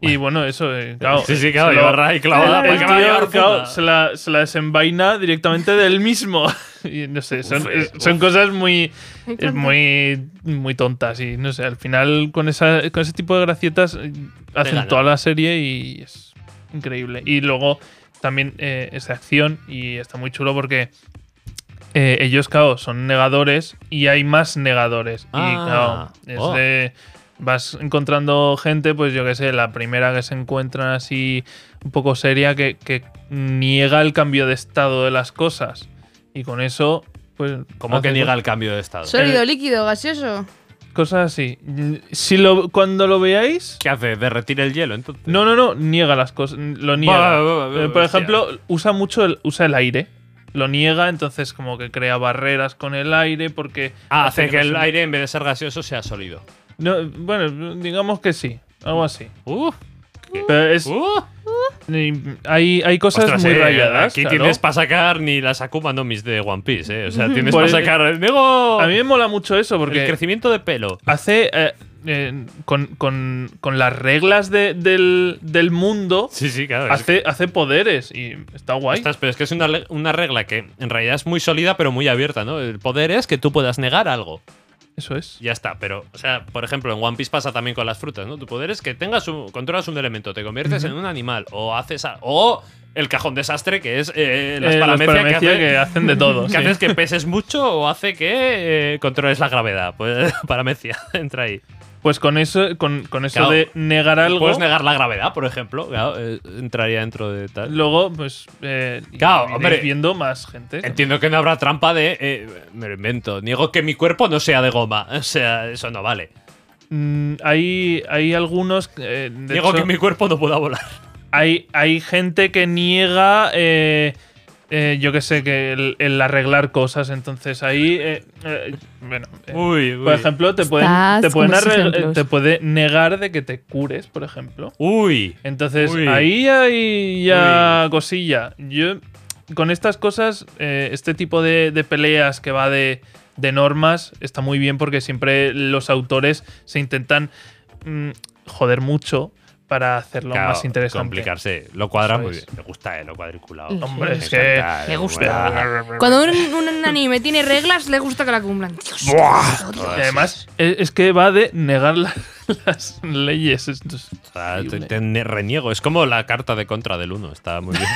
C: Y bueno, eso, eh, claro.
B: sí, sí,
C: eh,
B: claro,
C: se lo-
B: llevará ahí clavada.
C: el
B: ¿para qué va a
C: tío,
B: llevar
C: claro,
B: funda?
C: se, la, se la desenvaina directamente del mismo. Y no sé, son,
B: Uf,
C: es-
B: uf.
C: son cosas muy,
D: Me
C: es
D: encanta.
C: muy, muy tontas. Y no sé, al final con, esa, con ese tipo de gracietas eh, hacen
B: gana.
C: toda la serie y es increíble. Y luego también eh, es de acción y está muy chulo porque eh, ellos, claro, son negadores y hay más negadores.
B: Ah,
C: y claro, es
B: oh.
C: de- Vas encontrando gente, pues yo qué sé, la primera que se encuentran así un poco seria que, que niega el cambio de estado de las cosas. Y con eso, pues.
B: ¿Cómo que
C: hace
B: niega
C: co-
B: el cambio de estado?
D: Sólido, líquido, gaseoso.
C: Cosas así. Si lo, cuando lo veáis.
B: ¿Qué hace? ¿Derretir el hielo entonces?
C: No, no, no, niega las cosas. Lo niega.
B: Va, va, va,
C: Eh, Por
B: hostia.
C: ejemplo, usa mucho el, usa el aire. Lo niega, entonces como que crea barreras con el aire porque...
B: Ah, hace que
C: no
B: el
C: se-
B: aire en vez de ser gaseoso sea sólido.
C: no, bueno, digamos que sí. Algo así.
B: Uh,
C: Pero es,
B: uh.
C: ni- hay, hay cosas
B: Ostras,
C: muy
B: eh,
C: rayadas.
B: Aquí
C: claro.
B: tienes para sacar ni las Akuma no mis de One Piece, ¿eh? O sea, tienes
C: Pues,
B: para sacar. el- ¡Nego!
C: A mí me mola mucho eso
B: el
C: porque...
B: crecimiento de pelo.
C: hace eh, eh, con, con- con las reglas de- del, del mundo
B: Sí, sí, claro. es-
C: hace, hace poderes y está guay.
B: Ostras, pero es que es una, le- una regla que en realidad es muy sólida, pero muy abierta, ¿no? El poder es que tú puedas negar algo.
C: Eso es.
B: Ya está, pero, o sea, por ejemplo, en One Piece pasa también con las frutas, ¿no? Tu poder es que tengas un, controlas un elemento, te conviertes en un animal, o haces. a- o el cajón desastre, que es eh, las
C: Eh, las
B: paramecia
C: paramecia
B: que, hace-
C: que hacen de todo,
B: Que
C: sí.
B: haces que peses mucho o hace que eh, controles la gravedad. Pues paramecia, entra ahí.
C: Pues con eso, con, con eso
B: Claro.
C: de negar algo,
B: Puedes negar la gravedad, por ejemplo. claro, eh, entraría dentro de tal.
C: luego, pues. Eh,
B: Claro,
C: iréis
B: hombre.
C: viendo más gente.
B: Entiendo que no habrá trampa de. eh, me lo invento. Niego que mi cuerpo no sea de goma. O sea, eso no vale.
C: Mm, hay, hay algunos. eh, de
B: Niego
C: hecho,
B: que mi cuerpo no pueda volar.
C: hay, hay gente que niega, eh, eh, yo que sé, que el, el arreglar cosas. Entonces ahí, eh, eh, bueno, eh,
B: Uy, uy.
C: por ejemplo, te pueden,
H: Estás
C: te, pueden
H: con esos
C: arregl-
H: ejemplos.
C: te puede negar de que te cures, por ejemplo.
B: Uy.
C: Entonces
B: Uy.
C: ahí hay ya cosilla. Yo con estas cosas, eh, este tipo de, de peleas que va de, de normas está muy bien porque siempre los autores se intentan mm, joder mucho para hacerlo
B: Claro,
C: más interesante.
B: Complicarse. Lo cuadra
C: Eso
B: muy
C: es.
B: bien. Me gusta, eh, lo cuadriculado.
C: Hombre,
B: Me
C: es que
B: encanta,
D: me
B: eh,
D: gusta.
B: bueno.
D: Cuando un, un anime tiene reglas, le gusta que la cumplan. Dios.
B: Pues,
C: Y además es, es que va de negar la- las leyes. Esto es
B: O sea, Ah, te-
C: horrible.
B: te ne- reniego. Es como la carta de contra del 1. Está muy bien.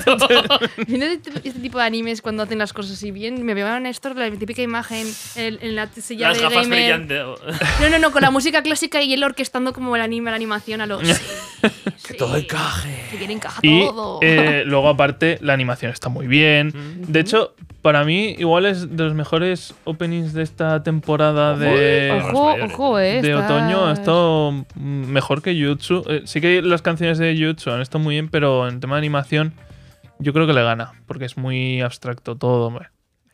D: Viendo este, este tipo de animes cuando hacen las cosas así bien, me veo en esto la típica imagen en, en la silla de gamer. No, no, no, con la música clásica y él orquestando como el anime, la animación a los. que todo encaje. Que bien encaja
C: Y
D: todo.
C: eh, luego, aparte, la animación está muy bien. De hecho, para mí, igual es de los mejores openings de esta temporada de,
B: Ojo,
H: Ojo, ojo, eh.
C: de
H: estás-
C: otoño. Ha estado mm, mejor que Jutsu. Eh, sí que las canciones de Jutsu han estado muy bien, pero en tema de animación, yo creo que le gana, porque es muy abstracto todo. hombre.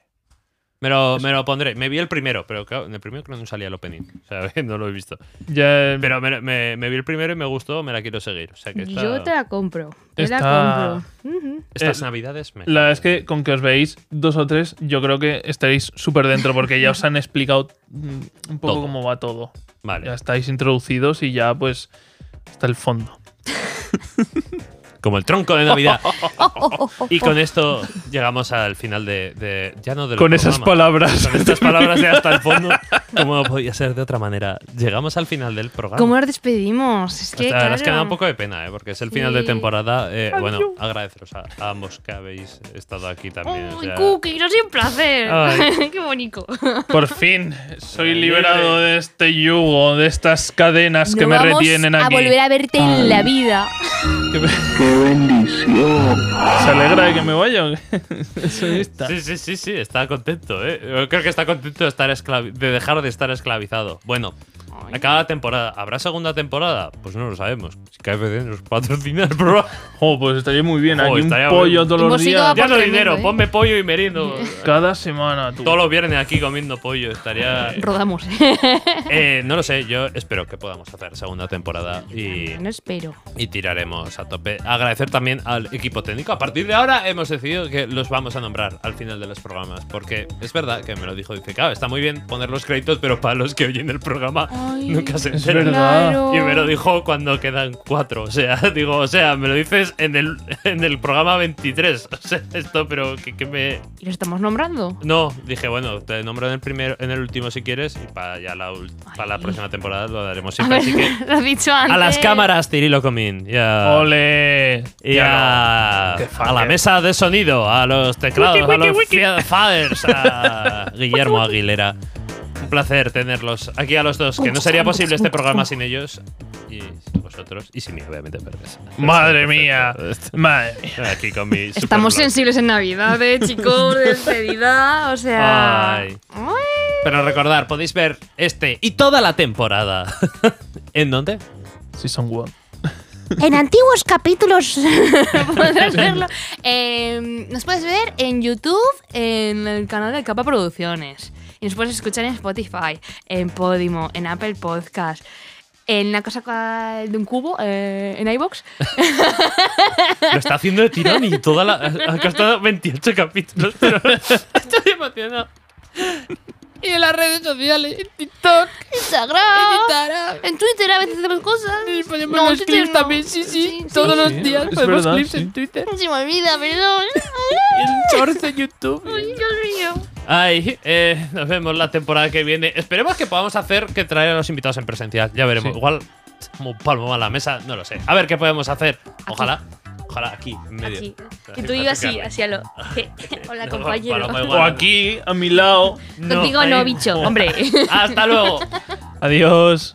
B: me, lo, me lo pondré. Me vi el primero, pero claro, en el primero creo que no salía el opening. O sea, no lo he visto.
C: Ya,
B: Pero me, me- me vi el primero y me gustó, me la quiero seguir. O sea que está-
H: Yo te la compro. Te
C: Está-
H: la compro. Ujú.
B: estas
C: eh,
B: navidades me.
C: la verdad es que con que os veis dos o tres, yo creo que estaréis súper dentro, porque ya os han explicado mm, un poco
B: Todo.
C: cómo va todo. Ya
B: Vale.
C: estáis introducidos y ya, pues, hasta el fondo.
B: Como el tronco de Navidad. y con esto llegamos al final de. de- ya no del
C: Con esas
B: programa.
C: palabras.
B: Con estas palabras de hasta el fondo, como podía ser de otra manera, llegamos al final del programa.
D: ¿Cómo nos despedimos? Es que.
B: Hasta ahora es que
D: claro.
B: me da un poco de pena, ¿eh? porque es el final de
D: Sí.
B: temporada. eh, bueno, agradeceros a, a ambos que habéis estado aquí también. o
D: ¡Uy,
B: sea,
D: cookies! ¡Ha sido un
B: Ay.
C: Ah,
D: placer! ¡Qué bonito!
C: Por fin soy
B: Libre.
C: liberado de este yugo, de estas cadenas que
D: No
C: me
D: vamos
C: retienen
D: a
C: aquí.
D: volver a verte en la vida.
C: ¿Se alegra de que me vaya? o qué? soy esta.
B: Sí, sí, sí, sí, está contento, ¿eh? Yo creo que está contento de, estar esclavi- de dejar de estar esclavizado. Bueno, a cada temporada. ¿Habrá segunda temporada? Pues no lo sabemos. Si KFC nos patrocina el programa.
C: Oh, pues estaría muy bien.
B: Oh,
C: aquí un
B: estaría
C: pollo
B: bien.
C: todos los
D: Hemos ido
C: días.
D: a-
B: Ya no
D: tremendo,
B: dinero,
D: ¿eh?
B: ponme pollo y meriendo.
C: Cada semana, tú.
B: Todos los viernes aquí comiendo pollo estaría.
D: Rodamos.
B: Eh, no lo sé, yo espero que podamos hacer segunda temporada y,
D: No espero.
B: y tiraremos a tope. Agradecer también al equipo técnico. A partir de ahora hemos decidido que los vamos a nombrar al final de los programas, porque es verdad que me lo dijo, dice, claro, está muy bien poner los créditos, pero para los que oyen el programa
D: Ay,
B: nunca se
C: es
B: enteran.
C: verdad.
D: Claro.
B: Y me lo dijo cuando quedan cuatro. O sea, digo, o sea, me lo dices en el, en el programa 23. O sea, esto, pero que, que me.
D: ¿Y lo estamos nombrando?
B: No, dije, bueno, te nombro en el primero, en el último si quieres, y para ya la, ul- para la
D: Ay.
B: próxima temporada lo daremos
D: A
B: siempre.
D: ver,
B: Así que.
D: lo has dicho antes.
B: A las cámaras, Cirilo Comín. Y a,
C: ¡Ole!
B: y
C: Ya
B: a,
C: Qué
B: a la
C: fucker.
B: mesa de sonido, a los teclados, a los fia- faders, a Guillermo Aguilera. Un placer tenerlos aquí a los dos, que no sería posible este programa sin ellos y sin vosotros y sin mí, obviamente, Fernández.
C: no. Madre mía. Madre mía.
B: Aquí con mi superblog.
D: Estamos sensibles en Navidad, eh, chicos, de despedida, o sea...
B: Ay.
D: Ay.
B: Pero recordar, podéis ver este y toda la temporada. ¿En dónde?
C: Season 1.
E: En antiguos capítulos.
D: Podrás verlo. Eh, nos puedes ver en YouTube, en el canal de Capa Producciones. Y nos puedes escuchar en Spotify, en Podimo, en Apple Podcast, en la cosa cua- de un cubo, eh, en iBox.
B: Lo está haciendo de tirón y toda la. Ha costado 28 capítulos, pero estoy emocionado.
D: Y en las redes sociales, en TikTok, Instagram, en Twitter a veces hacemos cosas.
H: Ponemos
D: No,
H: los
D: Twitter
H: clips
D: no.
H: también, sí, sí.
D: Sí,
H: Todos
C: sí.
H: los
C: Sí,
H: días
C: es
H: ponemos
C: verdad,
H: clips
C: sí.
H: en Twitter.
D: Se me olvida, perdón.
H: En shorts de YouTube.
D: Ay, Dios mío.
B: Ay, eh, nos vemos la temporada que viene. Esperemos que podamos hacer que traer a los invitados en presencial. Ya veremos.
C: Sí.
B: Igual como un palmo a la mesa, no lo sé. A ver qué podemos hacer. Ojalá. Ojalá aquí, en medio.
D: Aquí. Que tú y yo así,
B: Practicar.
D: así a lo. Hola,
B: No,
D: compañero.
B: paloma
C: O
B: igual.
C: aquí, a mi lado.
D: Contigo no,
B: ahí.
D: bicho, hombre.
B: Hasta luego.
C: Adiós.